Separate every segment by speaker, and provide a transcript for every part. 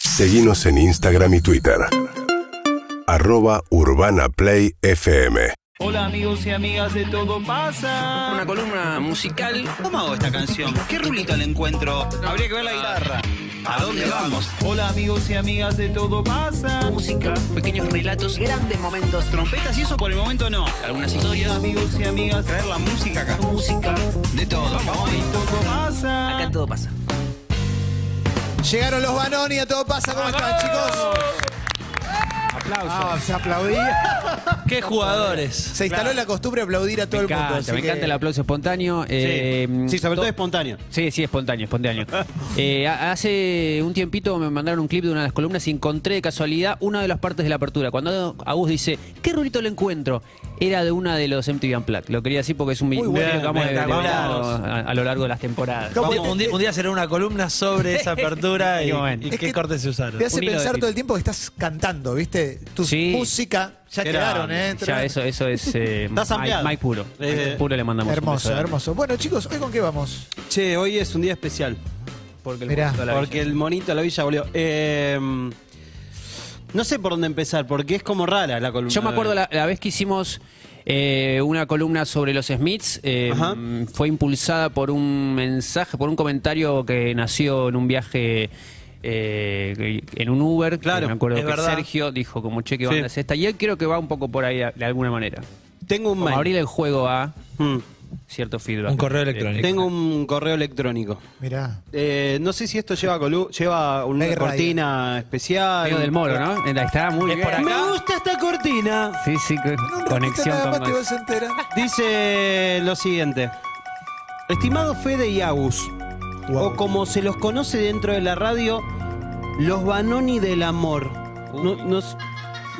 Speaker 1: Seguimos en Instagram y Twitter. Arroba Urbana Play FM.
Speaker 2: Hola amigos y amigas de Todo Pasa.
Speaker 3: Una columna musical.
Speaker 2: ¿Cómo hago esta canción? ¿Qué rulito le encuentro? Habría que ver la guitarra.
Speaker 3: ¿A dónde vamos?
Speaker 2: Hola amigos y amigas de Todo Pasa.
Speaker 3: Música, pequeños relatos,
Speaker 4: Grandes momentos.
Speaker 2: Trompetas y eso por el momento no.
Speaker 3: algunas historias.
Speaker 2: Amigos y amigas, traer la música acá.
Speaker 4: Música.
Speaker 2: De todo, vamos. Todo pasa.
Speaker 4: Acá todo pasa.
Speaker 5: Llegaron los Banoni, a todo pasa. ¿Cómo están, chicos? Ah, se aplaudía.
Speaker 6: ¡Qué jugadores!
Speaker 5: Se instaló la costumbre de aplaudir a todo
Speaker 7: Me
Speaker 5: el mundo.
Speaker 7: encanta,
Speaker 5: así
Speaker 7: me
Speaker 5: que-
Speaker 7: encanta el aplauso espontáneo. eh,
Speaker 8: Sí, sobre todo
Speaker 7: to-
Speaker 8: espontáneo.
Speaker 7: Sí, sí, espontáneo, espontáneo. Eh, ha- hace un tiempito me mandaron un clip de una de las columnas y encontré de casualidad una de las partes de la apertura. Cuando Agus dice, ¿qué rulito le encuentro? Era de una de los MTV Unplugged. Lo quería decir porque es un video
Speaker 8: bueno,
Speaker 7: que vamos a-
Speaker 8: espectacular.
Speaker 7: a, a lo largo de las temporadas.
Speaker 6: Vamos, un, día, un día será una columna sobre esa apertura y,
Speaker 7: Qué bueno.
Speaker 6: y
Speaker 5: Es
Speaker 6: qué
Speaker 5: que
Speaker 6: cortes se usaron.
Speaker 5: Te hace
Speaker 7: Un hilo de
Speaker 5: pensar
Speaker 7: tipo.
Speaker 5: todo el tiempo que estás cantando, ¿viste? Tu
Speaker 7: Sí.
Speaker 5: música ya
Speaker 8: Era-
Speaker 5: quedaron, ¿eh?
Speaker 7: Ya, eso, eso es eh,
Speaker 8: Estás
Speaker 7: Mike,
Speaker 8: ampliado.
Speaker 7: Mike Puro.
Speaker 8: Eh,
Speaker 7: Puro le mandamos. un
Speaker 5: Hermoso,
Speaker 7: beso.
Speaker 5: hermoso. Bueno, chicos, ¿hoy con qué vamos?
Speaker 8: Che, hoy es un día especial.
Speaker 7: Porque el
Speaker 5: Mirá.
Speaker 7: monito de la
Speaker 8: Porque el monito a la villa volvió. Eh, no sé por dónde empezar, porque es como rara la columna.
Speaker 7: Yo me acuerdo la, la vez que hicimos eh, una columna sobre los Smiths, eh,
Speaker 8: Ajá.
Speaker 7: fue impulsada por un mensaje, por un comentario que nació en un viaje. eh, en un Uber, que
Speaker 8: Claro,
Speaker 7: me acuerdo
Speaker 6: es
Speaker 7: que
Speaker 6: verdad.
Speaker 7: Sergio dijo como che que banda
Speaker 8: Sí.
Speaker 7: es esta y él creo que va un poco por ahí a- de alguna manera.
Speaker 8: Tengo un
Speaker 7: Como
Speaker 8: mail.
Speaker 7: abrir el juego a
Speaker 8: Mm.
Speaker 7: cierto feedback. Eh,
Speaker 6: Un correo electrónico.
Speaker 8: Tengo un correo electrónico.
Speaker 5: Mirá.
Speaker 8: Eh, no sé si esto lleva colu- lleva una
Speaker 5: Meg Radio.
Speaker 8: cortina especial.
Speaker 7: Medio eh, del Moro, ¿no? Ahí está, muy bien.
Speaker 8: Me gusta esta cortina.
Speaker 7: Sí, sí, que-
Speaker 5: En un ratito
Speaker 7: conexión
Speaker 5: nada
Speaker 7: con
Speaker 5: más te
Speaker 7: más.
Speaker 5: vas a enterar.
Speaker 8: Dice lo siguiente. Estimado Fede y Agus,
Speaker 5: Wow.
Speaker 8: o como se los conoce dentro de la radio, los Banoni del amor. No, no, s-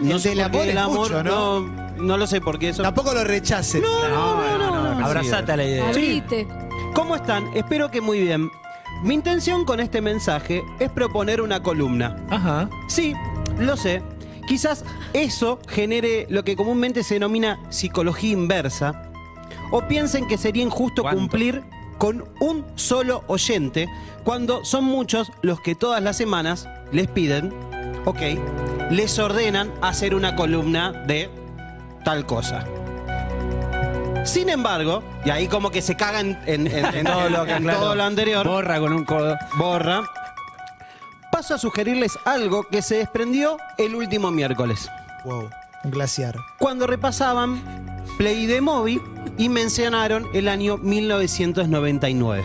Speaker 5: El
Speaker 8: no sé
Speaker 5: del
Speaker 8: por qué
Speaker 5: amor es mucho, ¿no?
Speaker 8: no lo sé porque eso.
Speaker 5: Tampoco lo rechaces.
Speaker 8: no, no, no, no.
Speaker 6: Abrazate a la idea.
Speaker 9: Abrite.
Speaker 8: ¿Cómo están? Espero que muy bien. Mi intención con este mensaje es proponer una columna.
Speaker 6: Ajá.
Speaker 8: Sí, lo sé. Quizás eso genere lo que comúnmente se denomina psicología inversa. O piensen que sería injusto
Speaker 7: ¿Cuánto?
Speaker 8: cumplir con un solo oyente cuando son muchos los que todas las semanas les piden, ok, les ordenan hacer una columna de tal cosa. Sin embargo, y ahí como que se cagan en, en- en todo, lo, en todo lo anterior
Speaker 7: Borra con un codo.
Speaker 8: borra. Paso a sugerirles algo que se desprendió el último miércoles,
Speaker 5: Wow, un glaciar.
Speaker 8: cuando repasaban Play de Moby y mencionaron el año 1999.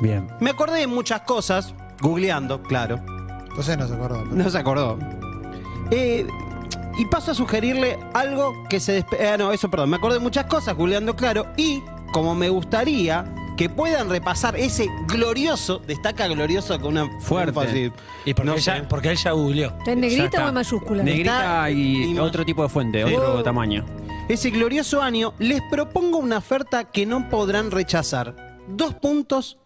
Speaker 7: Bien.
Speaker 8: Me acordé de muchas cosas, googleando, claro.
Speaker 5: Entonces no se acordó. pero-
Speaker 8: No se acordó. Eh, y paso a sugerirle algo que se... despe- eh, no, eso, perdón. Me acordé de muchas cosas, Juliando Claro. Y como me gustaría que puedan repasar ese glorioso, destaca glorioso con una
Speaker 7: Fuerte.
Speaker 8: triunfo así.
Speaker 6: Y porque,
Speaker 8: No
Speaker 6: ella,
Speaker 8: sé.
Speaker 6: porque ella googleó.
Speaker 9: ¿Está en
Speaker 7: Ya
Speaker 9: negrita
Speaker 7: está.
Speaker 9: o en mayúscula?
Speaker 7: Negrita
Speaker 8: Está-
Speaker 7: y
Speaker 8: y-
Speaker 7: otro tipo de fuente,
Speaker 8: Sí.
Speaker 7: otro
Speaker 9: Oh.
Speaker 7: tamaño.
Speaker 8: ese glorioso año, les propongo una oferta que no podrán rechazar. Dos puntos,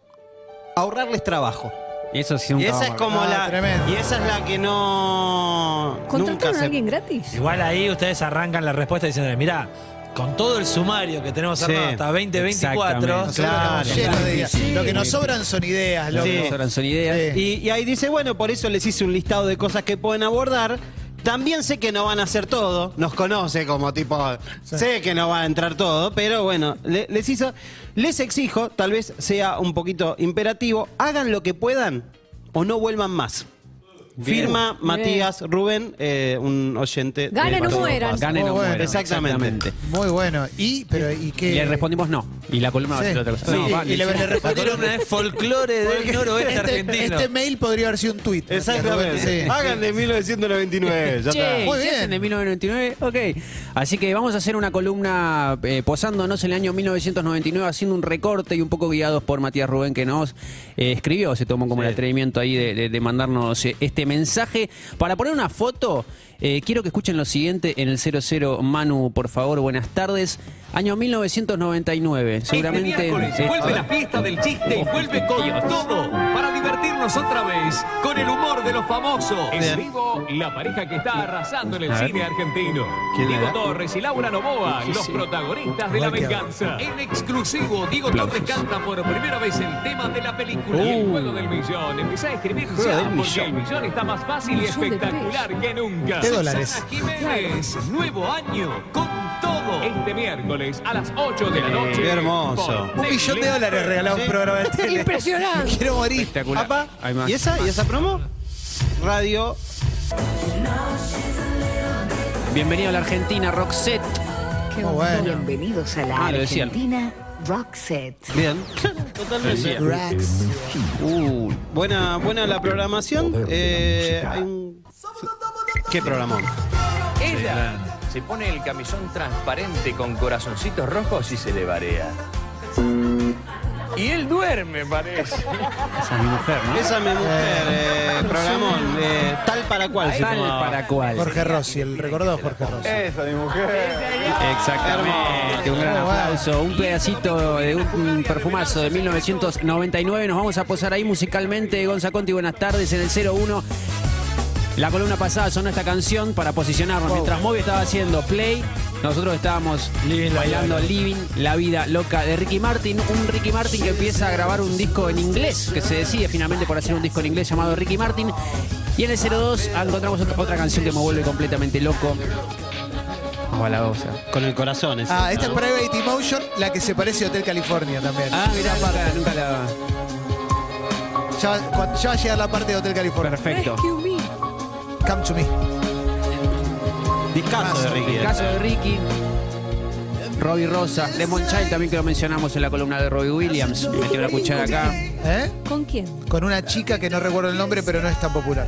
Speaker 8: ahorrarles trabajo.
Speaker 7: Y eso sí un
Speaker 8: Y esa es
Speaker 7: trabajo.
Speaker 8: como
Speaker 5: Ah,
Speaker 8: la...
Speaker 5: tremendo.
Speaker 8: Y esa es la que no... Nunca
Speaker 9: ¿Contrataron a
Speaker 8: se...
Speaker 9: alguien gratis?
Speaker 6: Igual ahí ustedes arrancan la respuesta diciendo, mirá, con todo el sumario que tenemos
Speaker 8: Sí,
Speaker 6: armado hasta 2024,
Speaker 7: exactamente.
Speaker 5: Nosotros estamos
Speaker 8: Claro.
Speaker 5: llenos de ideas. Lo que nos sobran son ideas, loco.
Speaker 8: Sí.
Speaker 7: Ahora son ideas.
Speaker 5: Sí.
Speaker 8: Y, y ahí dice, bueno, por eso les hice un listado de cosas que pueden abordar. También sé que no van a hacer todo, nos conoce como tipo, sé que no va a entrar todo, pero bueno, le- les hizo, les exijo, tal vez sea un poquito imperativo, hagan lo que puedan o no vuelvan más. Firma Matías Rubén, eh, un oyente. de
Speaker 9: Ganen o
Speaker 8: Paso
Speaker 9: mueran.
Speaker 7: Ganen
Speaker 5: Oh,
Speaker 7: o
Speaker 5: bueno.
Speaker 7: mueran,
Speaker 8: Exactamente.
Speaker 5: Muy bueno. ¿Y, pero, ¿y qué?
Speaker 7: Y le respondimos no. Y la columna va a
Speaker 5: Sí.
Speaker 7: ser otra cosa.
Speaker 5: Sí,
Speaker 7: No, vale,
Speaker 5: y le,
Speaker 7: sí.
Speaker 5: le
Speaker 6: la
Speaker 5: respondieron.
Speaker 6: columna es folclore del noroeste
Speaker 5: Este,
Speaker 6: argentino.
Speaker 5: este mail podría haber sido un tuit.
Speaker 8: Exactamente. Ah,
Speaker 5: Sí.
Speaker 8: Hagan de 1999. ya está.
Speaker 7: Che,
Speaker 5: Muy
Speaker 7: ¿y si
Speaker 5: bien.
Speaker 7: hacen de 1999, ok. Así que vamos a hacer una columna eh, posándonos en el año 1999, haciendo un recorte y un poco guiados por Matías Rubén que nos eh, escribió, se tomó como el atrevimiento ahí de, de- de mandarnos eh, este mensaje. Para poner una foto, eh, quiero que escuchen lo siguiente en el 00 Manu, por favor, buenas tardes. Año 1999, vuelve. Seguramente.
Speaker 4: Este miércoles
Speaker 7: eh,
Speaker 4: vuelve la fiesta del chiste y vuelve con todo para divertirnos otra vez con el humor de los famosos. En vivo, la pareja que está arrasando en el cine argentino. Diego Torres y Laura Novoa, los protagonistas de La Venganza. En exclusivo, Diego Torres canta por primera vez el tema de la película y el juego del millón. Empieza a escribir ya, porque el millón está más fácil y espectacular que nunca.
Speaker 5: ¿Qué dólares?
Speaker 4: Susana Jiménez, nuevo año con todo. Este miércoles a las 8 de la noche.
Speaker 8: qué hermoso.
Speaker 4: por
Speaker 5: Un millón de
Speaker 4: Telefe.
Speaker 5: dólares regalado un programa de tele.
Speaker 9: ¿eh?
Speaker 7: Impresionante.
Speaker 5: Quiero morir.
Speaker 7: Espectacular.
Speaker 8: Apa,
Speaker 7: Hay más.
Speaker 8: ¿Y esa? ¿Y esa promo? Radio.
Speaker 7: Bienvenido a la Argentina, Roxette.
Speaker 5: Muy bueno.
Speaker 9: Bienvenidos a la
Speaker 7: Ah, lo decía.
Speaker 9: Argentina Rockset.
Speaker 8: Bien. Totalmente.
Speaker 5: Racks.
Speaker 8: Uh, buena, buena la programación. Eh, hay un- ¿Qué programón?
Speaker 10: Ella se pone el camisón transparente con corazoncitos rojos y se le varea. Y él duerme, parece.
Speaker 7: Esa es mi mujer, ¿no?
Speaker 8: Esa me mujer, eh, programón. eh, tal para cual. se
Speaker 7: Tal
Speaker 8: llamaba.
Speaker 7: para cual.
Speaker 5: Jorge Rossi, el recordado Jorge Rossi.
Speaker 10: Esa, mi mujer.
Speaker 7: Exactamente, un gran
Speaker 5: Hermoso.
Speaker 7: aplauso, un pedacito de un perfumazo de 1999. Nos vamos a posar ahí musicalmente. Gonza Conti, buenas tardes en el 01. La columna pasada sonó esta canción para posicionarnos. Mientras Moby estaba haciendo play, nosotros estábamos
Speaker 6: Living la
Speaker 7: bailando Living la Vida Loca de Ricky Martin. Un Ricky Martin que empieza a grabar un disco en inglés, que se decide finalmente por hacer un disco en inglés llamado Ricky Martin. Y en el 02 encontramos otra, otra canción que me vuelve completamente loco. Baladosa.
Speaker 8: Con el corazón, esa.
Speaker 5: Ah, esta es Private Emotion, la que se parece a Hotel California también.
Speaker 7: Ah, mirá, nunca, nunca la...
Speaker 5: Ya, va- cuando- ya va a llegar la parte de Hotel California.
Speaker 7: Perfecto.
Speaker 5: Come to me.
Speaker 8: Discazo de Ricky.
Speaker 7: El
Speaker 8: eh.
Speaker 7: caso de Ricky. Robbie Rosa, Lemon Child también que lo mencionamos en la columna de Robbie Williams. Metió la cuchara acá.
Speaker 5: ¿Eh?
Speaker 9: ¿Con quién?
Speaker 5: Con una chica que no recuerdo el nombre, pero no es tan popular.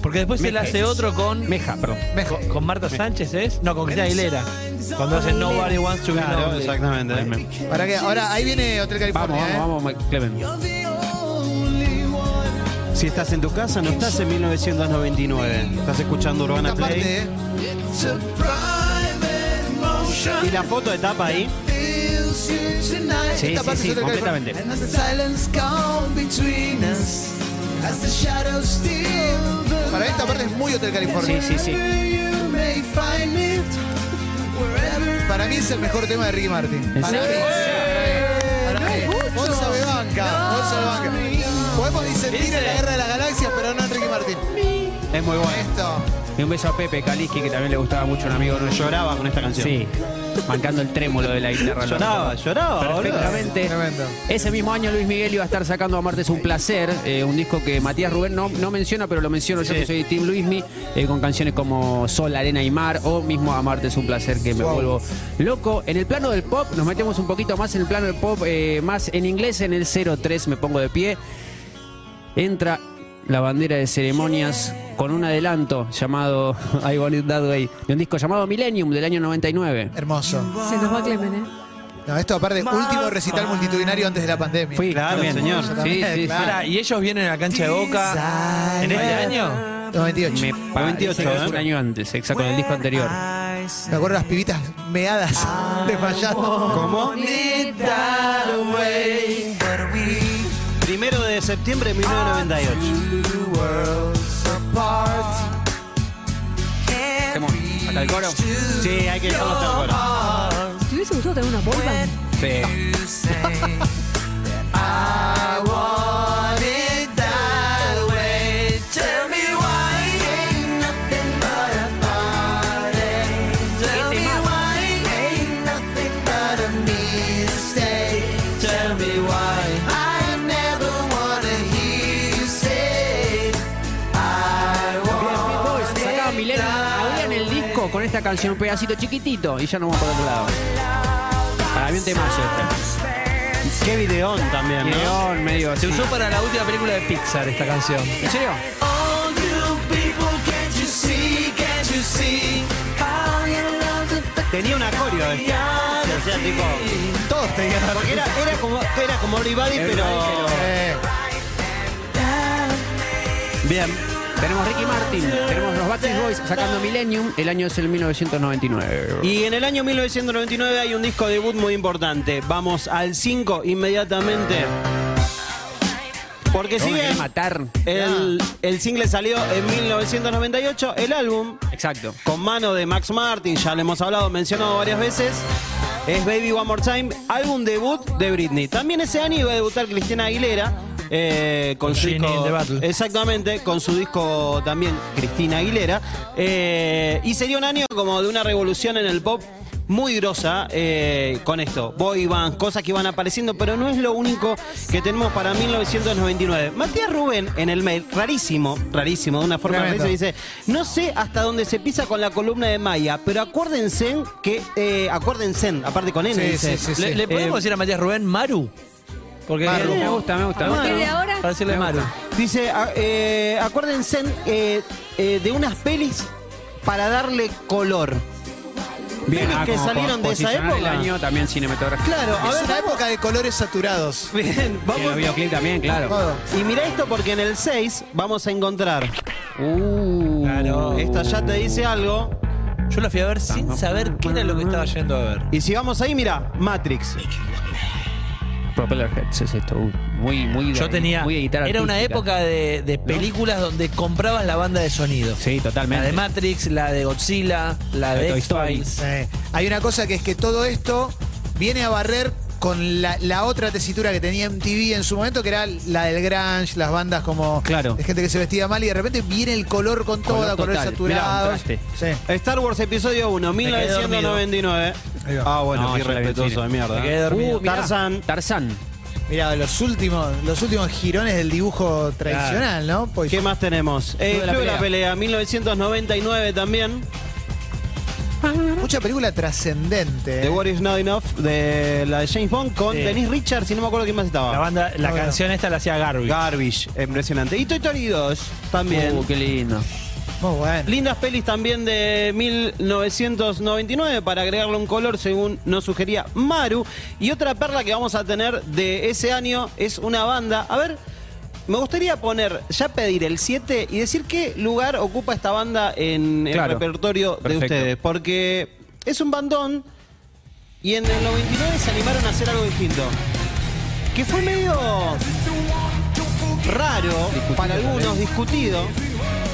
Speaker 6: Porque después él hace otro con.
Speaker 7: Meja, perdón.
Speaker 5: Mejor.
Speaker 6: Con Marta Sánchez, ¿es? No, con Cristina Aguilera. Cuando hacen Nobody Wants to Be
Speaker 8: Claro,
Speaker 6: Lonely.
Speaker 8: exactamente.
Speaker 5: Para que ahora ahí viene Hotel California.
Speaker 7: Vamos,
Speaker 5: ¿eh?
Speaker 7: vamos, vamos, Clemen.
Speaker 8: Si estás en tu casa, no estás en 1999. Estás escuchando Urbana
Speaker 5: Esta
Speaker 8: Play.
Speaker 5: parte, ¿eh?
Speaker 8: Y la foto de tapa ahí.
Speaker 7: Sí,
Speaker 5: Esta
Speaker 7: sí,
Speaker 5: parte
Speaker 7: sí,
Speaker 5: es Hotel
Speaker 7: completamente.
Speaker 5: California. Para mí esta parte es muy Hotel California.
Speaker 7: Sí, sí, sí.
Speaker 5: Para mí es el mejor tema de Ricky Martin.
Speaker 7: ¿En
Speaker 5: Para mí.
Speaker 7: serio?
Speaker 5: Para mí. Gonza me banca. Gonza me banca. Podemos disentir en la guerra de las galaxias, pero no en Ricky Martin.
Speaker 8: Es muy bueno.
Speaker 5: Esto.
Speaker 7: Y un beso a Pepe Kaliski que también le gustaba mucho a un amigo nuestro.
Speaker 8: Lloraba con esta canción.
Speaker 7: Sí. Mancando el trémolo de la guitarra.
Speaker 8: Lloraba, lloraba, boludo.
Speaker 7: Perfectamente.
Speaker 5: Tremendo.
Speaker 7: Ese mismo año Luis Miguel iba a estar sacando a Martes un placer, eh, un disco que Matías Rubén no, no menciona, pero lo menciono yo que soy Team Luismi, eh, con canciones como Sol, Arena y Mar o mismo A Martes un placer que me vuelvo loco. En el plano del pop, nos metemos un poquito más en el plano del pop, eh, más en inglés, en el 03 me pongo de pie. Entra la bandera de ceremonias con un adelanto llamado I Want It That Way, de un disco llamado Millennium del año 99.
Speaker 5: Hermoso.
Speaker 9: Se nos va Clemen, ¿eh?
Speaker 5: No, esto aparte, último recital multitudinario antes de la pandemia.
Speaker 7: Fui,
Speaker 8: Claro,
Speaker 7: también.
Speaker 8: señor.
Speaker 7: Sí, sí, sí.
Speaker 6: Pará, Ah, ¿y ellos vienen a la cancha de Boca en este año?
Speaker 5: 98.
Speaker 7: Me
Speaker 5: Me,
Speaker 7: parece
Speaker 8: 98,
Speaker 7: que es
Speaker 8: ¿eh?
Speaker 7: un año antes, exacto, con el disco anterior.
Speaker 5: acuerdo las pibitas meadas desmayando.
Speaker 8: ¿Cómo? Primero de septiembre de 1998.
Speaker 7: Hacemos hasta el coro.
Speaker 8: Sí, hay que dejarlo tal cual.
Speaker 9: ¿Te hubiese gustado tener una bomba?
Speaker 7: Sí. Sacaba Milena, abrían el disco con esta canción, un pedacito chiquitito, y ya nos vamos por otro lado. Para mí un temazo este.
Speaker 8: Qué videón también, ¿no?
Speaker 7: León, medio
Speaker 6: Se
Speaker 7: así.
Speaker 6: usó para la última película de Pixar esta canción.
Speaker 7: ¿En serio?
Speaker 8: Tenía una coreo, eh. O sea, tipo,
Speaker 5: Todos tenían
Speaker 8: porque era, era como, era como Everybody, pero...
Speaker 5: Eh,
Speaker 8: Bien.
Speaker 7: Tenemos Ricky Martin, tenemos los Backstreet Boys sacando Millennium, el año es el 1999.
Speaker 8: Y en el año 1999 hay un disco debut muy importante. Vamos al 5 inmediatamente. Porque si
Speaker 7: ¿Cómo me
Speaker 8: bien
Speaker 7: querés matar?
Speaker 8: el,
Speaker 5: Ah.
Speaker 8: el single salió en 1998, el álbum,
Speaker 7: Exacto.
Speaker 8: con mano de Max Martin, ya lo hemos hablado, mencionado varias veces, es Baby One More Time, álbum debut de Britney. También ese año iba a debutar Cristina Aguilera. eh, con
Speaker 6: Con
Speaker 8: su
Speaker 6: Genie
Speaker 8: disco,
Speaker 6: in the Battle.
Speaker 8: Exactamente, con su disco también, Cristina Aguilera. Eh, y sería un año como de una revolución en el pop muy grosa eh, con esto. Boy bands, cosas que van apareciendo, pero no es lo único que tenemos para 1999. Matías Rubén en el mail, rarísimo, rarísimo, de una forma
Speaker 5: Tremendo.
Speaker 8: rarísima, dice, no sé hasta dónde se pisa con la columna de Maya, pero acuérdense que, eh, acuérdense, aparte con N,
Speaker 5: Sí,
Speaker 8: dice.
Speaker 5: sí, sí,
Speaker 6: ¿Le,
Speaker 5: sí.
Speaker 6: le podemos
Speaker 8: Eh,
Speaker 6: decir a Matías Rubén Maru? Porque
Speaker 5: Maru.
Speaker 7: Me gusta, me gusta. me gusta.
Speaker 9: ¿Qué de ahora?
Speaker 6: Para decirle
Speaker 7: Me
Speaker 6: Maru.
Speaker 7: gusta.
Speaker 8: Dice, a- eh, acuérdense eh, eh, de unas pelis para darle color. Pelis
Speaker 7: ah,
Speaker 8: que
Speaker 7: como
Speaker 8: salieron
Speaker 7: po-
Speaker 8: de esa
Speaker 7: posicionar el
Speaker 8: época.
Speaker 7: año también cinematográfico.
Speaker 8: Claro, a
Speaker 5: Es
Speaker 8: ver,
Speaker 5: una época de colores saturados.
Speaker 8: bien,
Speaker 7: Y los
Speaker 8: vamos.
Speaker 7: videoclip también, claro.
Speaker 5: Todo.
Speaker 8: Y mira esto porque en el 6 vamos a encontrar.
Speaker 7: Uh,
Speaker 6: Claro.
Speaker 8: Esta ya te dice algo.
Speaker 6: Yo la fui a ver sin saber qué era lo que estaba yendo a ver.
Speaker 8: Y si vamos ahí, mira, Matrix.
Speaker 7: Propeller Heads es esto. uh, muy, muy. de-
Speaker 6: Yo tenía.
Speaker 7: Muy de guitarra
Speaker 6: Era una
Speaker 7: artística.
Speaker 6: época de, de películas donde comprabas la banda de sonido.
Speaker 7: Sí,
Speaker 6: La de
Speaker 7: totalmente.
Speaker 6: Matrix, la de Godzilla, la
Speaker 7: de
Speaker 6: de
Speaker 7: Toy
Speaker 6: X-Files.
Speaker 5: Eh, hay una cosa que es que todo esto viene a barrer con la, la otra tesitura que tenía MTV en su momento, que era la del grunge, las bandas como
Speaker 7: Claro.
Speaker 5: de gente que se vestía mal y de repente viene el color con
Speaker 7: Color
Speaker 5: toda, colores
Speaker 7: total.
Speaker 5: saturados.
Speaker 7: Mirá,
Speaker 5: Sí.
Speaker 8: Star Wars Episodio 1,
Speaker 6: quedé dormido.
Speaker 8: 1999.
Speaker 5: Ahí va.
Speaker 8: Ah, bueno,
Speaker 7: No,
Speaker 8: qué
Speaker 7: yo la vi en
Speaker 8: respetuoso
Speaker 7: cine.
Speaker 8: de mierda.
Speaker 6: Me quedé dormido.
Speaker 7: Uh, mirá.
Speaker 8: Tarzán.
Speaker 7: Tarzán.
Speaker 5: Mirá, los últimos, los últimos girones del dibujo tradicional, ¿no? Pues-
Speaker 8: ¿Qué más tenemos? Eh,
Speaker 7: Club de la
Speaker 8: Club de la Pelea, 1999 también.
Speaker 5: Mucha película trascendente. ¿eh?
Speaker 8: The What Is Not Enough, de la de James Bond, con
Speaker 6: Sí.
Speaker 8: Denise Richards, si no me acuerdo quién más estaba.
Speaker 6: La banda, la
Speaker 5: No, no.
Speaker 6: canción esta la hacía Garby.
Speaker 8: Garbage, impresionante. Y Toy Story 2 también.
Speaker 7: Uh, qué lindo.
Speaker 5: Muy bueno.
Speaker 8: Lindas pelis también de 1999 para agregarle un color según nos sugería Maru. Y otra perla que vamos a tener de ese año es una banda. A ver, me gustaría poner, ya pedir el 7 y decir qué lugar ocupa esta banda en
Speaker 7: Claro.
Speaker 8: el repertorio
Speaker 7: Perfecto.
Speaker 8: de ustedes. Porque es un bandón y en el 99 se animaron a hacer algo distinto. Que fue medio raro para algunos, discutido.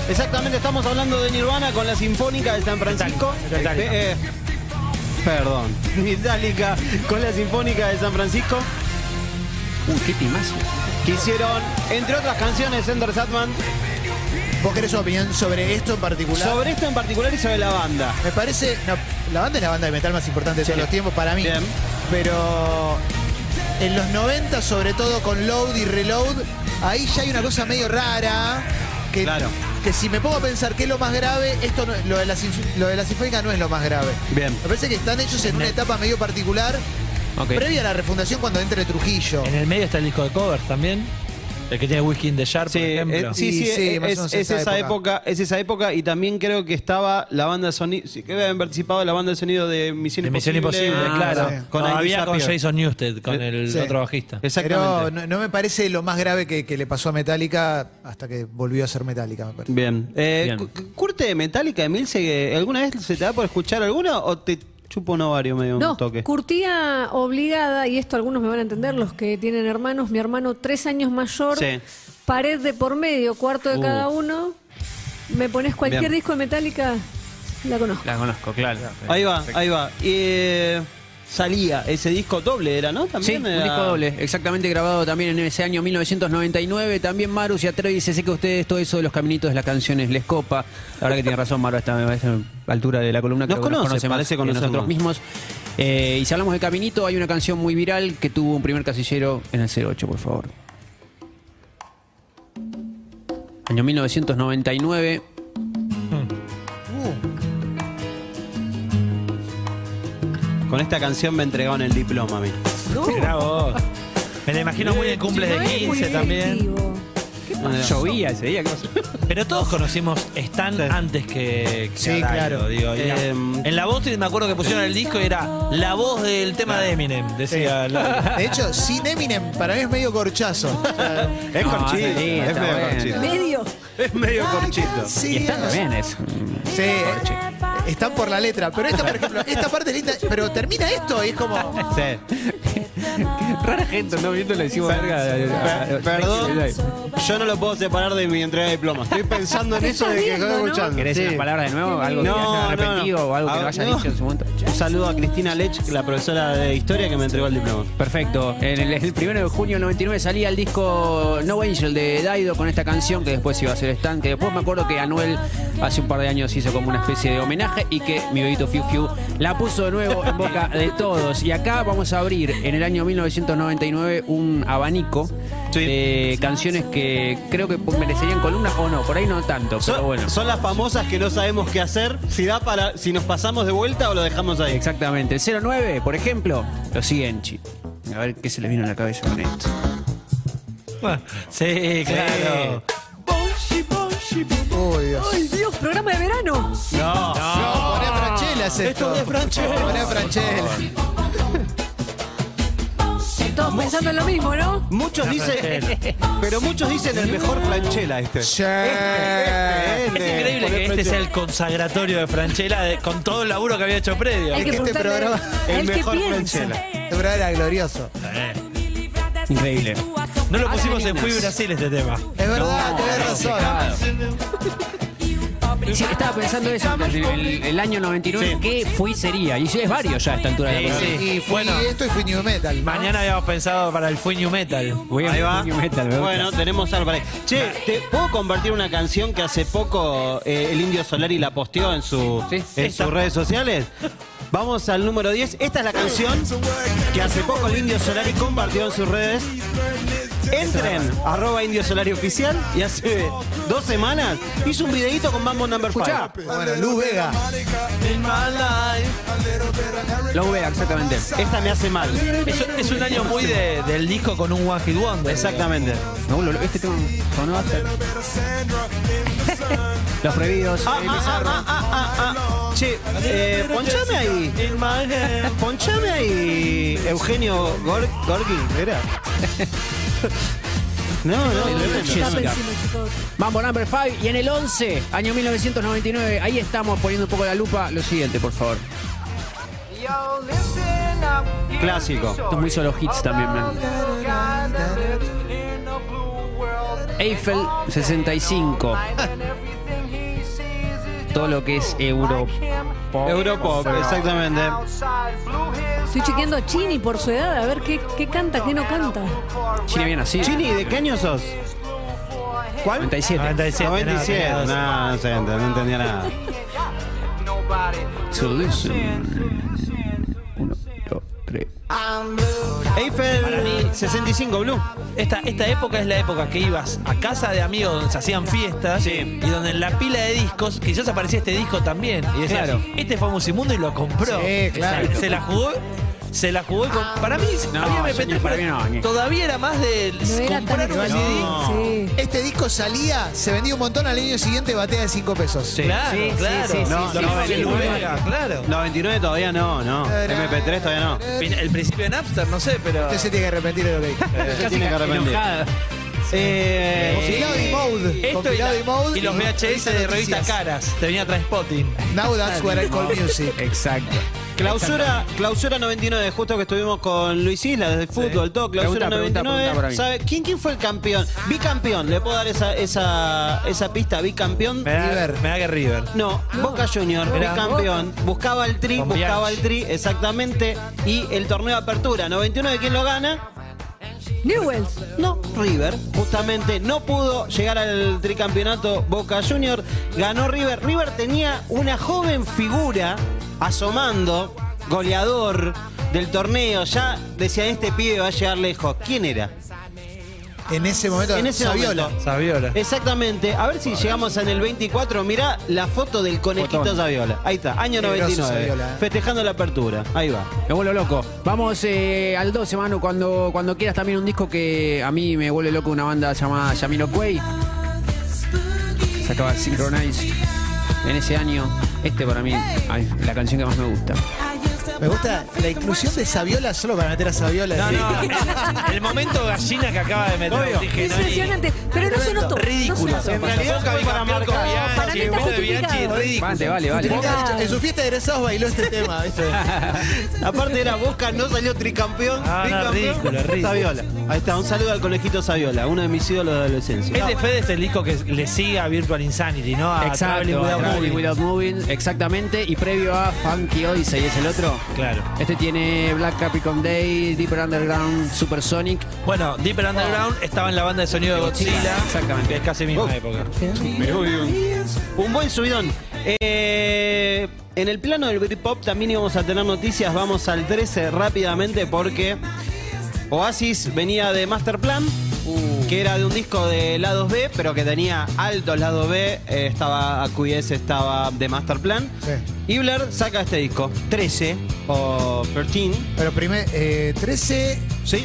Speaker 8: Exactamente, estamos hablando de Nirvana con la Sinfónica de San Francisco.
Speaker 6: Metallica.
Speaker 8: Eh, eh, perdón, Metallica con la Sinfónica de San Francisco.
Speaker 7: Uy, qué timazo.
Speaker 8: Que hicieron, entre otras canciones, Ender Satman.
Speaker 5: ¿Vos querés su opinión sobre esto en particular?
Speaker 8: Sobre esto en particular y sobre la banda.
Speaker 5: Me parece. no, la banda es la banda de metal más importante de
Speaker 8: Sí.
Speaker 5: todos los tiempos para mí.
Speaker 8: Bien.
Speaker 5: Pero en los 90, sobre todo con load y reload, ahí ya hay una cosa medio rara. Que,
Speaker 8: Claro.
Speaker 5: que si me pongo a pensar qué es lo más grave, esto no- lo, de la, sinf- lo de la sinfónica no es lo más grave.
Speaker 8: Bien.
Speaker 5: Me parece que están hechos en una etapa medio particular.
Speaker 7: Ok.
Speaker 5: Previa a la refundación cuando entre Trujillo.
Speaker 6: En el medio está el disco de covers también. El que tiene Whisky in the Shark,
Speaker 8: Sí,
Speaker 6: por ejemplo.
Speaker 8: eh, sí,
Speaker 5: Y
Speaker 8: sí,
Speaker 5: sí,
Speaker 8: es,
Speaker 5: más o menos
Speaker 8: es
Speaker 5: esa
Speaker 8: esa época.
Speaker 5: época.
Speaker 8: es esa época y también creo que estaba la banda de sonido, sí, creo que habían participado de la banda de sonido de Misión
Speaker 6: de Misión
Speaker 8: Imposible.
Speaker 6: Imposible,
Speaker 8: Ah,
Speaker 6: claro.
Speaker 5: sí.
Speaker 8: Con
Speaker 6: No,
Speaker 8: Andy
Speaker 6: había con
Speaker 8: Sapio.
Speaker 6: Jason Newsted, con
Speaker 8: Eh,
Speaker 6: el
Speaker 5: sí.
Speaker 6: otro bajista.
Speaker 5: Pero
Speaker 8: Exactamente.
Speaker 5: no, no me parece lo más grave que, que le pasó a Metallica hasta que volvió a ser Metallica, me parece.
Speaker 8: Bien. Eh,
Speaker 7: Bien.
Speaker 8: cu- cu- ¿Curte de Metallica, Emil, se- alguna vez se te da por escuchar alguna o te chupa un ovario medio
Speaker 9: No,
Speaker 8: un toque?
Speaker 9: curtía obligada, y esto algunos me van a entender, los que tienen hermanos, mi hermano tres años mayor,
Speaker 8: Sí.
Speaker 9: pared de por medio, cuarto de cada uno, me pones cualquier
Speaker 8: Bien.
Speaker 9: disco de Metallica, la conozco.
Speaker 7: La conozco, claro.
Speaker 8: Ahí va, ahí va. Y, eh, salía ese disco doble, ¿era, no?
Speaker 7: Sí,
Speaker 8: También
Speaker 7: un
Speaker 8: era-
Speaker 7: disco doble, exactamente grabado también en ese año 1999. También Maru se atreve y dice, sé que a ustedes todo eso de los caminitos de las canciones les copa. La verdad que tiene razón Maru, está a esta altura de la columna
Speaker 8: Nos
Speaker 7: creo que
Speaker 8: conoce,
Speaker 7: más
Speaker 8: parece
Speaker 7: que
Speaker 8: conocernos.
Speaker 7: nosotros mismos. Eh, y si hablamos de caminito, hay una canción muy viral que tuvo un primer casillero en el 08, por favor. Año 1999.
Speaker 8: Con esta canción me entregaron el diploma a mí.
Speaker 6: Mirá vos. Me la imagino muy en cumple de
Speaker 9: No es muy
Speaker 6: 15 también.
Speaker 9: efectivo. ¿Qué pasa?
Speaker 7: Llovía ese día, ¿qué pasó?
Speaker 6: Pero todos conocimos Stan antes que, que
Speaker 5: Sí,
Speaker 6: a Dario,
Speaker 5: claro.
Speaker 6: digo, y la-
Speaker 8: Eh,
Speaker 6: en la voz me acuerdo que pusieron el disco y era la voz del tema de Eminem, decía. la-
Speaker 5: De hecho, sin Eminem, para mí es medio corchazo.
Speaker 8: Es
Speaker 7: No, Ah, sí, está
Speaker 8: medio
Speaker 7: bueno.
Speaker 8: corchito.
Speaker 9: Medio.
Speaker 8: Es medio corchito.
Speaker 5: Sí,
Speaker 7: Y están
Speaker 5: no sé.
Speaker 7: también es.
Speaker 5: Sí, eh, están por la letra. Pero esta, por ejemplo, esta parte es linda. Pero termina esto y es como.
Speaker 7: Rara gente, ¿no? Viendo le decimos verga. a- a- a-
Speaker 8: Per- Perdón, yo no lo puedo separar de mi entrega de diploma. Estoy pensando en eso de que estoy escuchando.
Speaker 7: ¿Querés decir
Speaker 8: Sí.
Speaker 7: las palabras de nuevo? ¿Algo
Speaker 8: No,
Speaker 7: que te haya
Speaker 8: no, no.
Speaker 7: arrepentido o algo que
Speaker 8: Ah,
Speaker 7: no haya
Speaker 8: no.
Speaker 7: dicho en su momento?
Speaker 8: Un saludo a Cristina Lech, la profesora de historia que me entregó el diploma.
Speaker 7: Perfecto. En el, el primero de junio del 99 salía el disco No Angel de Daido con esta canción que después iba a ser Stan. Que después me acuerdo que Anuel hace un par de años hizo como una especie de homenaje y que mi bebito Fiu Fiu la puso de nuevo en boca de todos. Y acá vamos a abrir en el año 1999 un abanico de canciones que creo que merecerían columnas o no. Por ahí no tanto, pero
Speaker 8: Son,
Speaker 7: bueno.
Speaker 8: son las famosas que no sabemos qué hacer, si da para, si nos pasamos de vuelta o lo dejamos ahí.
Speaker 7: Exactamente. El 09, por ejemplo, lo siguiente. A ver qué se les vino a la cabeza con esto.
Speaker 6: Sí, claro.
Speaker 5: Uy, Dios.
Speaker 9: ¡Ay, Dios! ¡Programa de verano!
Speaker 8: No.
Speaker 5: No, poné a Franchella, es esto.
Speaker 8: Esto es de Franchella.
Speaker 5: Poné a Franchella.
Speaker 9: Todos pensando en lo mismo, ¿no?
Speaker 8: Muchos dicen, pero muchos dicen el mejor Franchella este.
Speaker 5: Sí.
Speaker 8: Este, este,
Speaker 6: Ah, Es
Speaker 8: este.
Speaker 6: increíble
Speaker 8: Poné
Speaker 6: que este
Speaker 8: Franchella.
Speaker 6: sea el consagratorio de Franchella de- con todo el laburo que había hecho previo.
Speaker 9: Hay que
Speaker 5: que este
Speaker 9: preguntarle
Speaker 5: programa
Speaker 9: a él
Speaker 8: el
Speaker 9: que
Speaker 8: mejor
Speaker 9: piensa.
Speaker 8: Franchella.
Speaker 5: Este programa era glorioso.
Speaker 7: Increíble.
Speaker 6: No lo pusimos en
Speaker 7: Arenas.
Speaker 6: Fui Brasil este tema.
Speaker 5: Es verdad, tenés razón.
Speaker 7: Sí, estaba pensando eso, el, el- el año 99, ¿qué fui sería? Y es varios ya a esta altura de la
Speaker 6: Sí,
Speaker 7: película.
Speaker 6: sí.
Speaker 5: Y fui
Speaker 6: Bueno.
Speaker 5: esto y fui New Metal. ¿no?
Speaker 6: Mañana habíamos pensado para el Fue New Metal.
Speaker 7: Voy a
Speaker 8: Ahí va.
Speaker 7: New Metal, me gusta.
Speaker 8: Bueno, tenemos algo para ahí. Che, ¿te puedo compartir una canción que hace poco eh, el Indio Solari la posteó en, su,
Speaker 7: Sí.
Speaker 8: en sus redes sociales? Vamos al número 10. Esta es la canción que hace poco el Indio Solari compartió en sus redes. Entren, arroba Indio Solari Oficial, y hace dos semanas hizo un videito con Mambo Number 5.
Speaker 5: Escuchá. Bueno, Lu Vega.
Speaker 7: Lo vea, exactamente.
Speaker 8: Esta me hace mal.
Speaker 6: Es, es un año muy de- del disco con un One Hit Wonder.
Speaker 8: Exactamente.
Speaker 7: No, lo- este tema sonó hasta... Los prohibidos.
Speaker 8: Ah, ah, ah, ah, ah, ah, ah. Che, eh, ponchame ahí. Ponchame ahí, Eugenio Gor Gorgi, ¿era? No, no,
Speaker 9: Está
Speaker 8: no, no.
Speaker 9: pensando, chicos.
Speaker 7: Mambo number 5. Y en el 11, año 1999, ahí estamos poniendo un poco la lupa. Lo siguiente, por favor.
Speaker 8: Clásico.
Speaker 7: Estos muy solo hits también, man. Eiffel 65. Todo lo que es Europa.
Speaker 8: Europop, exactamente.
Speaker 9: Estoy chequeando a Chini por su edad, a ver qué, qué canta, qué no canta.
Speaker 7: Chile bien así.
Speaker 8: Chini, ¿de qué año sos? ¿Cuál?
Speaker 7: 97.
Speaker 6: 97.
Speaker 8: 97. No,
Speaker 6: nada.
Speaker 8: no, se ent- no entendía nada.
Speaker 7: To listen. Uno, dos, tres.
Speaker 8: Eiffel 65 Blue.
Speaker 6: Esta, esta época es la época que ibas a casa de amigos donde se hacían fiestas y donde en la pila de discos quizás aparecía este disco también. Y decías,
Speaker 7: Claro.
Speaker 6: este fue Musimundo y lo compró.
Speaker 5: Sí, claro.
Speaker 6: Exacto. Se la jugó. Se la jugó y con- Para mí,
Speaker 7: No,
Speaker 6: había
Speaker 7: yo
Speaker 6: MP3,
Speaker 7: ni- para mí no, ni-
Speaker 6: todavía era más de
Speaker 9: No era tan
Speaker 6: comprar un
Speaker 9: extraño.
Speaker 6: CD.
Speaker 9: Sí.
Speaker 5: Este disco salía, se vendía un montón, al año siguiente batea de 5 pesos.
Speaker 6: Claro, claro.
Speaker 8: No,
Speaker 6: Lo
Speaker 8: no,
Speaker 6: que fue
Speaker 8: sí,
Speaker 6: Luvega,
Speaker 8: Luvega.
Speaker 6: claro.
Speaker 8: 99 todavía no, no. MP3 todavía no.
Speaker 6: Fin- El principio de Napster, no sé, pero.
Speaker 5: Usted se tiene que arrepentir de lo que dijo.
Speaker 8: Se tiene que arrepentir.
Speaker 7: Enojada.
Speaker 8: Eh,
Speaker 5: Compilado y mode.
Speaker 6: Esto y,
Speaker 5: Compilado
Speaker 6: la-
Speaker 5: y mode.
Speaker 6: y los VHS de revista
Speaker 5: noticias.
Speaker 6: Caras. Te venía Transpotting.
Speaker 5: Now that's where I call music.
Speaker 7: Exacto.
Speaker 8: Clausura, clausura 99, justo que estuvimos con Luis Isla desde el fútbol, todo, clausura
Speaker 7: Pregunta, pregunta,
Speaker 8: 99.
Speaker 7: pregunta para mí.
Speaker 8: ¿sabe? ¿Quién, ¿Quién fue el campeón? Bicampeón, le puedo dar esa, esa, esa pista, bicampeón.
Speaker 6: Me da,
Speaker 5: River.
Speaker 6: me da que River.
Speaker 8: No, Boca Junior,
Speaker 6: Mirá.
Speaker 8: bicampeón. Buscaba el tri,
Speaker 6: Con
Speaker 8: buscaba
Speaker 6: Bianchi.
Speaker 8: el tri, exactamente. Y el torneo de apertura 99, ¿quién lo gana?
Speaker 9: Newells.
Speaker 8: No, River, justamente no pudo llegar al tricampeonato Boca Junior, ganó River. River tenía una joven figura asomando, goleador del torneo, ya decía este pibe va a llegar lejos. ¿Quién era?
Speaker 5: En ese momento,
Speaker 8: En ese
Speaker 5: Saviola.
Speaker 8: momento.
Speaker 6: Saviola.
Speaker 8: Exactamente, a ver si llegamos en el 24, mirá la foto del conejito
Speaker 7: Fotón.
Speaker 8: Saviola. Ahí está, año
Speaker 5: Qué grosso Saviola,
Speaker 8: 99,
Speaker 5: eh.
Speaker 8: festejando la apertura, ahí va.
Speaker 7: Me vuelvo loco. Vamos eh, al 12, mano, cuando, cuando quieras también un disco que a mí me vuelve loco, una banda llamada Yamiro Quay. Sacaba Synchronize en ese año. Este para mí, ay, la canción que más me gusta.
Speaker 5: Me gusta la inclusión de Saviola solo para meter a Saviola.
Speaker 6: No,
Speaker 5: Sí.
Speaker 6: no. El momento gallina que acaba de meter.
Speaker 5: Obvio.
Speaker 6: dije,
Speaker 9: Es
Speaker 6: no, ni-
Speaker 9: impresionante, pero no se notó.
Speaker 6: Ridículo.
Speaker 9: No se
Speaker 6: En
Speaker 9: notó.
Speaker 6: realidad,
Speaker 8: Tampoco hay
Speaker 6: para
Speaker 8: campeón con
Speaker 6: marcar.
Speaker 9: Para mí está
Speaker 6: Vos de Bianchi,
Speaker 9: justificado.
Speaker 6: ridículo.
Speaker 7: Vale, vale, vale.
Speaker 5: Trincado. En su fiesta de egresados bailó este tema, ¿viste?
Speaker 8: Aparte era Boca, no salió tricampeón.
Speaker 6: Ah, no,
Speaker 8: bicampeón,
Speaker 6: ridículo, ridículo.
Speaker 8: Saviola. Ahí está, un saludo al conejito Saviola, uno de mis ídolos de adolescencia.
Speaker 6: El de Este Fede es el disco que le sigue a Virtual Insanity, ¿no? A Traveling Without
Speaker 7: Traveling
Speaker 6: Moving.
Speaker 7: Without Moving, exactamente. Y previo a Funky Odyssey es el otro.
Speaker 6: Claro.
Speaker 7: Este tiene Black Capricorn Day, Deeper Underground, Supersonic.
Speaker 6: Bueno, Deeper Underground estaba en la banda de sonido de Godzilla.
Speaker 7: Exactamente.
Speaker 6: Que es casi misma
Speaker 8: Oh.
Speaker 6: época.
Speaker 8: Un buen subidón. Eh, en el plano del Britpop también íbamos a tener noticias. Vamos al 13 rápidamente porque Oasis venía de Masterplan, que era de un disco de lados B, pero que tenía altos lados B. eh, estaba AQS, estaba de Masterplan. Y Blair saca este disco, 13 o 13.
Speaker 5: Pero primer, eh, 13.
Speaker 8: ¿Sí?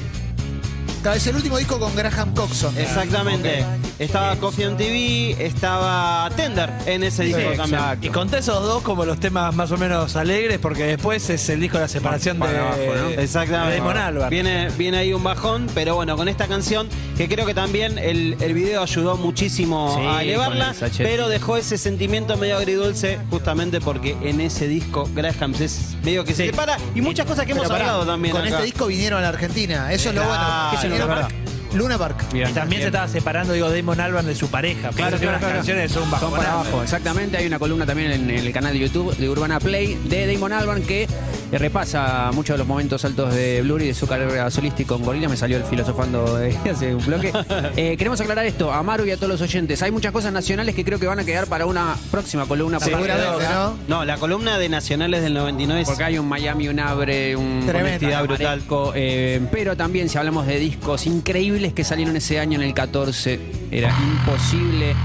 Speaker 5: claro, Es el último disco con Graham Coxon.
Speaker 8: Exactamente. Estaba Coffee on TV, estaba Tender en ese disco también.
Speaker 6: Y conté esos dos como los temas más o menos alegres, porque después es el disco de la separación de,
Speaker 8: Eh, Exactamente.
Speaker 6: de Damon Albarn.
Speaker 8: Viene, viene ahí un bajón, pero bueno, con esta canción, que creo que también el, el video ayudó muchísimo
Speaker 7: Sí,
Speaker 8: a
Speaker 7: con
Speaker 8: elevarla,
Speaker 7: el sachet.
Speaker 8: pero dejó ese sentimiento medio agridulce, justamente porque en ese disco Graham es medio que se separa y muchas cosas que
Speaker 5: Pero
Speaker 8: hemos
Speaker 5: pará,
Speaker 8: hablado también.
Speaker 5: Con
Speaker 8: acá.
Speaker 5: este disco vinieron a la Argentina. Eso es lo bueno.
Speaker 8: Claro,
Speaker 5: Que vinieron-
Speaker 8: es verdad.
Speaker 5: Luna Park.
Speaker 6: Y también se estaba separando, digo, Damon Albarn de su pareja. Claro, que unas canciones son bajo.
Speaker 7: Son para abajo, exactamente. Hay una columna también en el canal de YouTube de Urbana Play de Damon Alban que eh, repasa muchos de los momentos altos de Blur y de su carrera solística con Gorila. Me salió el filosofando de hace un bloque. Eh, queremos aclarar esto a Maru y a todos los oyentes. Hay muchas cosas nacionales que creo que van a quedar para una próxima columna. por
Speaker 5: Seguramente,
Speaker 7: alrededor,
Speaker 5: ¿no?
Speaker 8: No, la columna de Nacionales del 99 es
Speaker 7: Porque hay un Miami, un Abre, un
Speaker 5: Tremendo.
Speaker 7: Honestidad
Speaker 8: Brutal.
Speaker 7: Amaresco, eh, pero también si hablamos de discos increíbles que salieron ese año en el 14, era imposible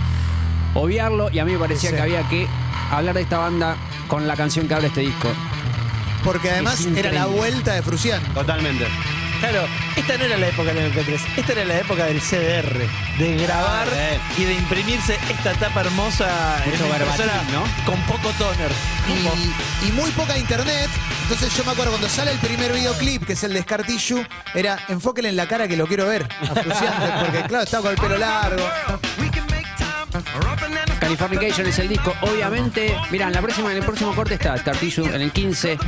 Speaker 7: obviarlo y a mí me parecía
Speaker 5: Sí.
Speaker 7: que había que hablar de esta banda con la canción que abre este disco.
Speaker 5: Porque además era
Speaker 7: increíble.
Speaker 5: la vuelta de Frucian.
Speaker 8: totalmente.
Speaker 6: Claro, esta no era la época del MP3, esta era la época del CDR, de grabar
Speaker 8: Ah,
Speaker 6: y de imprimirse esta tapa hermosa en
Speaker 7: Mucho
Speaker 6: una
Speaker 7: verbatim,
Speaker 6: impresora
Speaker 7: ¿no?
Speaker 6: con poco toner.
Speaker 5: Y, y muy poca internet. Entonces yo me acuerdo cuando sale el primer videoclip, que es el de Scartillu, era enfóquenle en la cara que lo quiero ver. A Fruciante, porque claro, estaba con el pelo largo.
Speaker 7: Californication es el disco, obviamente. Mirá, en, la próxima, en el próximo corte está Tartillo en el 15.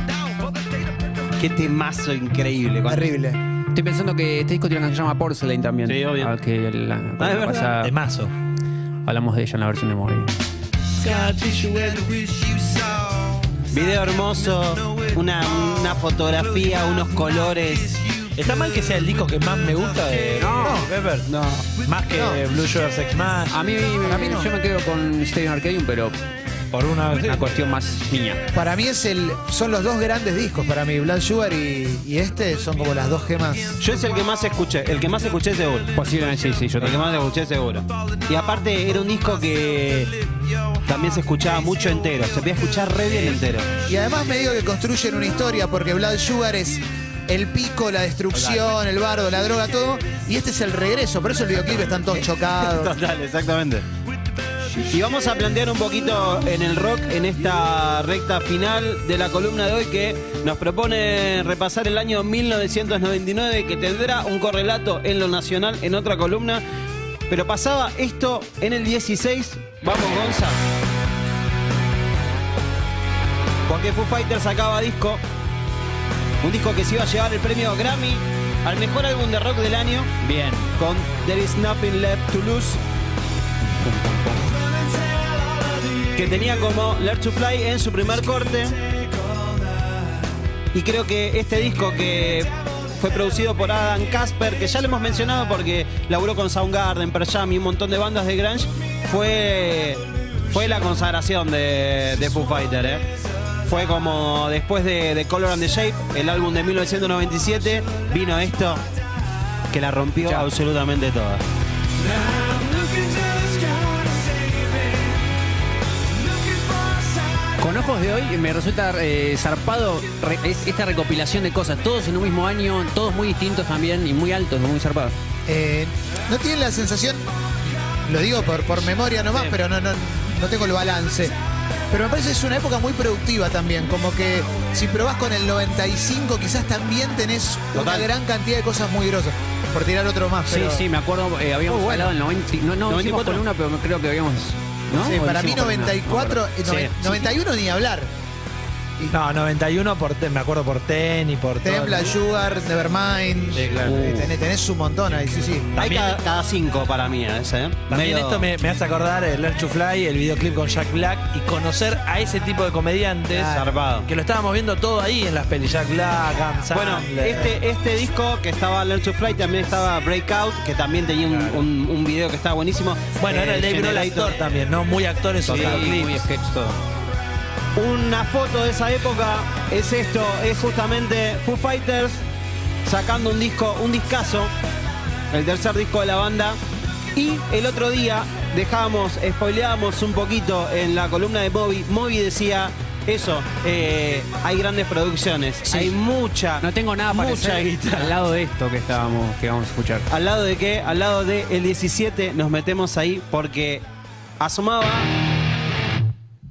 Speaker 8: Qué temazo increíble. Cuando-
Speaker 5: Terrible.
Speaker 7: Estoy pensando que este disco tiene una canción que se llama Porcelain también.
Speaker 8: Sí, obvio.
Speaker 7: Ah, que la,
Speaker 8: Ah, es
Speaker 7: la
Speaker 8: verdad.
Speaker 7: pasada
Speaker 6: De mazo.
Speaker 7: hablamos de ella en la versión de móvil.
Speaker 8: Video hermoso, una, una fotografía, unos colores.
Speaker 6: Está mal que sea el disco que más me gusta de Pepper.
Speaker 8: No.
Speaker 6: Más que Blue Sugar Sex Man.
Speaker 7: A mí, yo me quedo con Steven Arcadium, pero
Speaker 6: Por una,
Speaker 7: una cuestión más niña.
Speaker 5: Para mí es el, son los dos grandes discos. Para mí, Blood Sugar y, y este son como las dos gemas.
Speaker 8: Yo es el que más escuché, el que más escuché seguro.
Speaker 7: Posiblemente sí, sí, yo
Speaker 8: El que
Speaker 7: también.
Speaker 8: más escuché seguro. Y aparte era un disco que también se escuchaba mucho entero. Se podía escuchar re bien entero.
Speaker 5: Y además me digo que construyen una historia porque Blood Sugar es el pico, la destrucción, el bardo, la droga, todo. Y este es el regreso, por eso el videoclip están todos chocados.
Speaker 8: Total, exactamente. Y vamos a plantear un poquito en el rock en esta recta final de la columna de hoy que nos propone repasar el año 1999 que tendrá un correlato en lo nacional en otra columna. Pero pasaba esto en el 16. Vamos, Gonza. Porque Foo Fighters sacaba disco. Un disco que se iba a llevar el premio Grammy al mejor álbum de rock del año
Speaker 7: Bien.
Speaker 8: con There Is Nothing Left to Lose. Que tenía como Learn to Fly en su primer corte. Y creo que este disco que fue producido por Adam Casper, que ya lo hemos mencionado porque laburó con Soundgarden, Pearl Jam y un montón de bandas de grunge, fue, fue la consagración de, de Foo Fighter. ¿eh? Fue como después de, de Color and the Shape, el álbum de 1997, vino esto que la rompió absolutamente toda.
Speaker 7: Con ojos de hoy me resulta eh, zarpado re- es- esta recopilación de cosas, todos en un mismo año, todos muy distintos también y muy altos, muy zarpados.
Speaker 5: Eh, ¿No tienen la sensación, lo digo por, por memoria nomás, pero no, no, no tengo el balance, Pero me parece que es una época muy productiva también. Como que si probás con el 95, quizás también tenés una gran cantidad de cosas muy grosas. Por tirar otro más.
Speaker 7: Sí,
Speaker 5: pero-
Speaker 7: sí, me acuerdo, eh, habíamos
Speaker 5: Muy bueno.
Speaker 7: hablado del 90. No, no, hicimos
Speaker 5: 94.
Speaker 7: con una, pero creo que habíamos. ¿no?
Speaker 5: Sí,
Speaker 7: ¿O
Speaker 5: para mí
Speaker 7: hicimos con una?
Speaker 5: 94,
Speaker 7: Sí,
Speaker 5: eh, noven-
Speaker 7: sí.
Speaker 5: 91 ni hablar.
Speaker 6: No, 91 por te- me acuerdo por Ten y por todo.
Speaker 5: Templa, Sugar, Nevermind.
Speaker 6: Sí, claro.
Speaker 5: Uh, tenés, tenés un montón ahí, sí, sí.
Speaker 8: Hay
Speaker 6: También-
Speaker 8: cada, cada cinco para mí a ese, ¿eh?
Speaker 6: También
Speaker 8: Medio-
Speaker 6: esto me, me hace acordar el Learn to Fly, el videoclip con Jack Black y conocer a ese tipo de comediantes
Speaker 8: Claro. Zarpado.
Speaker 6: que lo estábamos viendo todo ahí en las pelis. Jack Black, Adam
Speaker 8: Bueno,
Speaker 6: Sandler.
Speaker 8: este, este disco que estaba Learn to Fly también estaba Breakout, que también tenía un, un- un video que estaba buenísimo.
Speaker 6: Bueno,
Speaker 8: Eh,
Speaker 6: era el Dave Grohl
Speaker 8: Generator.
Speaker 6: actor también, ¿no? Muy actor en su
Speaker 8: Total.
Speaker 7: Sí,
Speaker 6: videoclip.
Speaker 7: muy sketch todo.
Speaker 8: Una foto de esa época es esto, es justamente Foo Fighters sacando un disco, un discazo, el tercer disco de la banda. Y el otro día dejábamos, spoileábamos un poquito en la columna de Bobby. Bobby decía eso, eh, hay grandes producciones,
Speaker 7: Sí.
Speaker 8: hay mucha,
Speaker 7: No tengo nada para
Speaker 8: mucha
Speaker 7: decir
Speaker 8: guitarra.
Speaker 7: al lado de esto que estábamos, que vamos a escuchar.
Speaker 8: ¿Al lado de qué? Al lado de el 17 nos metemos ahí porque asomaba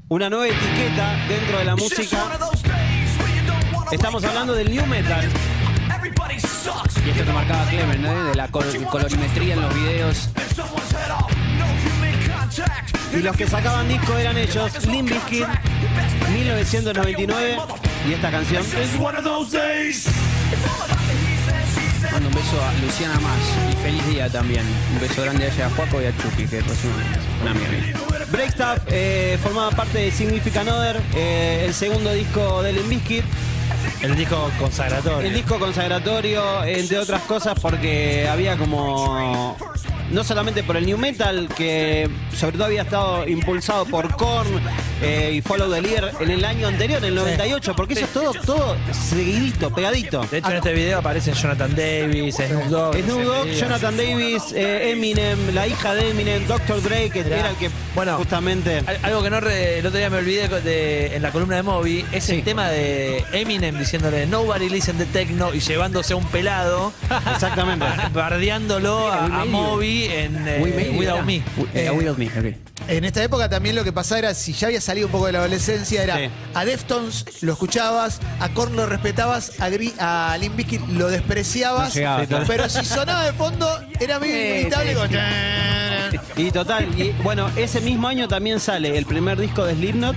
Speaker 8: una nueva etiqueta dentro de la música. Estamos hablando del new metal.
Speaker 7: Y esto que marcaba Clemen, ¿no? De la col- colorimetría en los videos.
Speaker 8: Y los que sacaban disco eran ellos, Limp Bizkit, 1999 y esta canción.
Speaker 7: Mando un beso a Luciana Más y feliz día también. Un beso grande allá a Juaco y a Chucky, que es una mierda.
Speaker 8: Breakstaff eh, formaba parte de Significant Other, eh, el segundo disco de Limp Bizkit.
Speaker 6: El disco consagratorio.
Speaker 8: El disco consagratorio, entre otras cosas, porque había como. No solamente por el new metal, que sobre todo había estado impulsado por Korn eh, y Follow the Leader en el año anterior, en el 98, porque eso es todo, todo seguidito, pegadito.
Speaker 6: De hecho, en este video aparecen Jonathan Davis, Snoop Dogg.
Speaker 8: Snoop Dogg, Jonathan Davis, eh, Eminem, la hija de Eminem, Dr. Dre, que era el que
Speaker 6: Bueno.
Speaker 8: justamente.
Speaker 6: Al- Algo que no re- el otro día me olvidé co- de- en la columna de Moby es el tema de Eminem diciéndole Nobody listen to techno y llevándose a un pelado,
Speaker 8: Exactamente.
Speaker 6: bardeándolo a, a Moby en eh, Without Me.
Speaker 7: Eh,
Speaker 6: Eh,
Speaker 7: Without Me, ok.
Speaker 5: En esta época también lo que pasaba era, si ya había salido un poco de la adolescencia, era
Speaker 8: Sí.
Speaker 5: a Deftones lo escuchabas, a Korn lo respetabas, a, Gri- a Limp Bizkit lo despreciabas,
Speaker 7: llegaba, claro.
Speaker 5: pero si sonaba de fondo era medio inevitable. como, "Tarán".
Speaker 8: Y total, y bueno, ese mismo año también sale el primer disco de Slipknot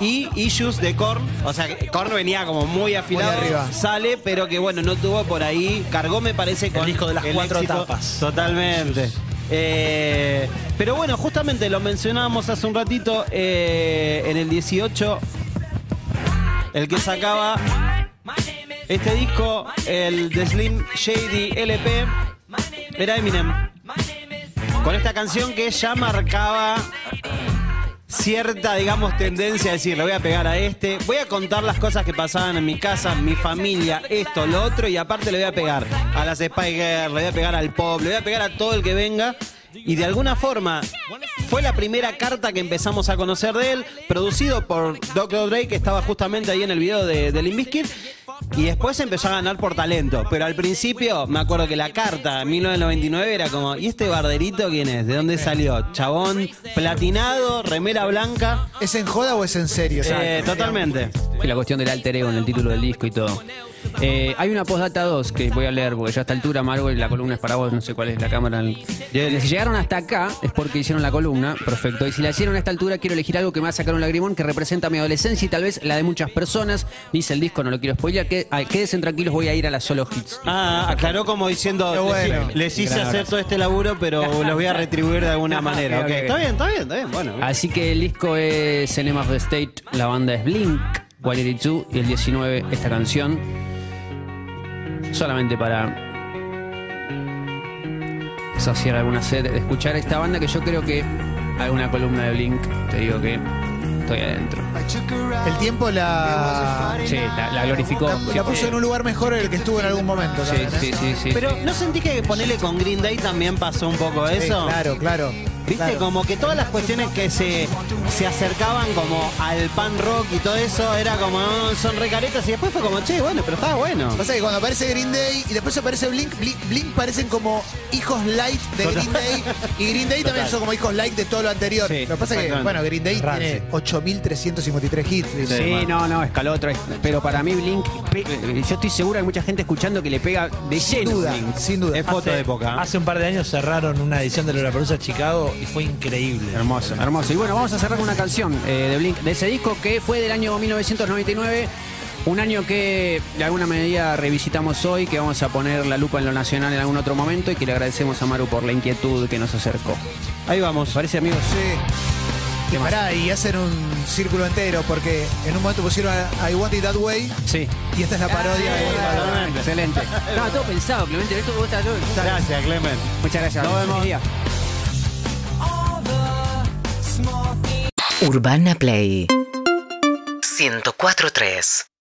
Speaker 8: y Issues de Korn. O sea, que Korn venía como muy afilado.
Speaker 5: Muy arriba.
Speaker 8: Sale, pero que bueno, no tuvo por ahí. Cargó, me parece, con
Speaker 6: disco de las cuatro
Speaker 8: éxito.
Speaker 6: tapas.
Speaker 8: Totalmente. Eh, pero bueno, justamente lo mencionábamos hace un ratito eh, en el 18, el que sacaba este disco, el de Slim Shady LP, era Eminem. Con esta canción que ya marcaba cierta, digamos, tendencia a decir, le voy a pegar a este, voy a contar las cosas que pasaban en mi casa, en mi familia, esto, lo otro, y aparte le voy a pegar a las Spiker, le voy a pegar al pop, le voy a pegar a todo el que venga. Y de alguna forma fue la primera carta que empezamos a conocer de él, producido por Dr. Dre, que estaba justamente ahí en el video de, de Limp Bizkit. Y después empezó a ganar por talento. Pero al principio, me acuerdo que la carta, 1999, era como, ¿y este barderito quién es? ¿De dónde salió? Chabón, platinado, remera blanca.
Speaker 5: ¿Es en joda o es en serio?
Speaker 8: Eh, totalmente.
Speaker 7: Y la cuestión del alter ego en el título del disco y todo. Eh, hay una postdata 2 que voy a leer, porque ya a esta altura, Margo, la columna es para vos, no sé cuál es la cámara. Si llegaron hasta acá es porque hicieron la columna, perfecto. Y si la hicieron a esta altura, quiero elegir algo que me va a sacar un lagrimón que representa mi adolescencia y tal vez la de muchas personas. Dice el disco, no lo quiero spoiler, que, ah, quédense tranquilos, voy a ir a las solo hits.
Speaker 8: Ah, aclaró como diciendo,
Speaker 5: Qué bueno.
Speaker 8: les, les hice hacer todo este laburo, pero los voy a retribuir de alguna manera.
Speaker 7: Ok,
Speaker 8: Ok,
Speaker 7: ok.
Speaker 8: Está bien, está bien, está bien. Bueno,
Speaker 7: Así que el disco es Enema of the State, la banda es Blink, Valerie 2 y el 19 esta canción. Solamente para saciar alguna sed de escuchar esta banda que yo creo que alguna columna de Blink, te digo que estoy adentro.
Speaker 5: El tiempo la,
Speaker 7: Sí, la, la glorificó.
Speaker 5: la, la puso en un lugar mejor el que estuvo en algún momento.
Speaker 7: Sí,
Speaker 5: también, ¿eh?
Speaker 7: sí, sí, sí.
Speaker 8: pero ¿no sentí que ponerle con Green Day también pasó un poco
Speaker 5: Sí,
Speaker 8: eso?
Speaker 5: claro, claro.
Speaker 8: ¿Viste?
Speaker 5: Claro.
Speaker 8: Como que todas las cuestiones que se, se acercaban como al pan rock y todo eso, era como, "Ah, son recaretas. Y después fue como, che, bueno, pero estaba bueno.
Speaker 5: Pasa que cuando aparece Green Day y después aparece Blink, Blink, Blink parecen como hijos light de Green Day. Y Green Day también son como hijos light de todo lo anterior.
Speaker 7: Sí,
Speaker 5: lo que pasa es que,
Speaker 8: exactamente.
Speaker 5: bueno, Green Day
Speaker 7: Rancio.
Speaker 5: tiene 8.353 hits. ¿viste?
Speaker 7: Sí, no, no, escaló otra vez. Pero para mí Blink, pe- eh, yo estoy seguro que hay mucha gente escuchando que le pega de
Speaker 5: Sin
Speaker 7: lleno
Speaker 5: duda,
Speaker 7: Blink.
Speaker 5: sin duda.
Speaker 7: Es foto de época. ¿eh?
Speaker 6: Hace un par de años cerraron una edición de Lollapalooza Chicago y fue increíble.
Speaker 7: Hermoso, hermoso. Y bueno, vamos a cerrar con una canción eh, de Blink, de ese disco que fue del año 1999. Un año que de alguna medida revisitamos hoy, que vamos a poner la lupa en lo nacional en algún otro momento y que le agradecemos a Maru por la inquietud que nos acercó.
Speaker 8: Ahí vamos.
Speaker 7: ¿Os parece, amigos?
Speaker 5: Sí. Y pará, y hacen un círculo entero porque en un momento pusieron a- I Want It That Way
Speaker 7: Sí.
Speaker 5: y esta es la
Speaker 7: Ah,
Speaker 5: parodia de
Speaker 7: Excelente. Estaba todo pensado, Clemente. Esto vos estás todo-
Speaker 8: Gracias, Clement.
Speaker 7: Muchas gracias. Nos vemos.
Speaker 11: Urbana Play 104.3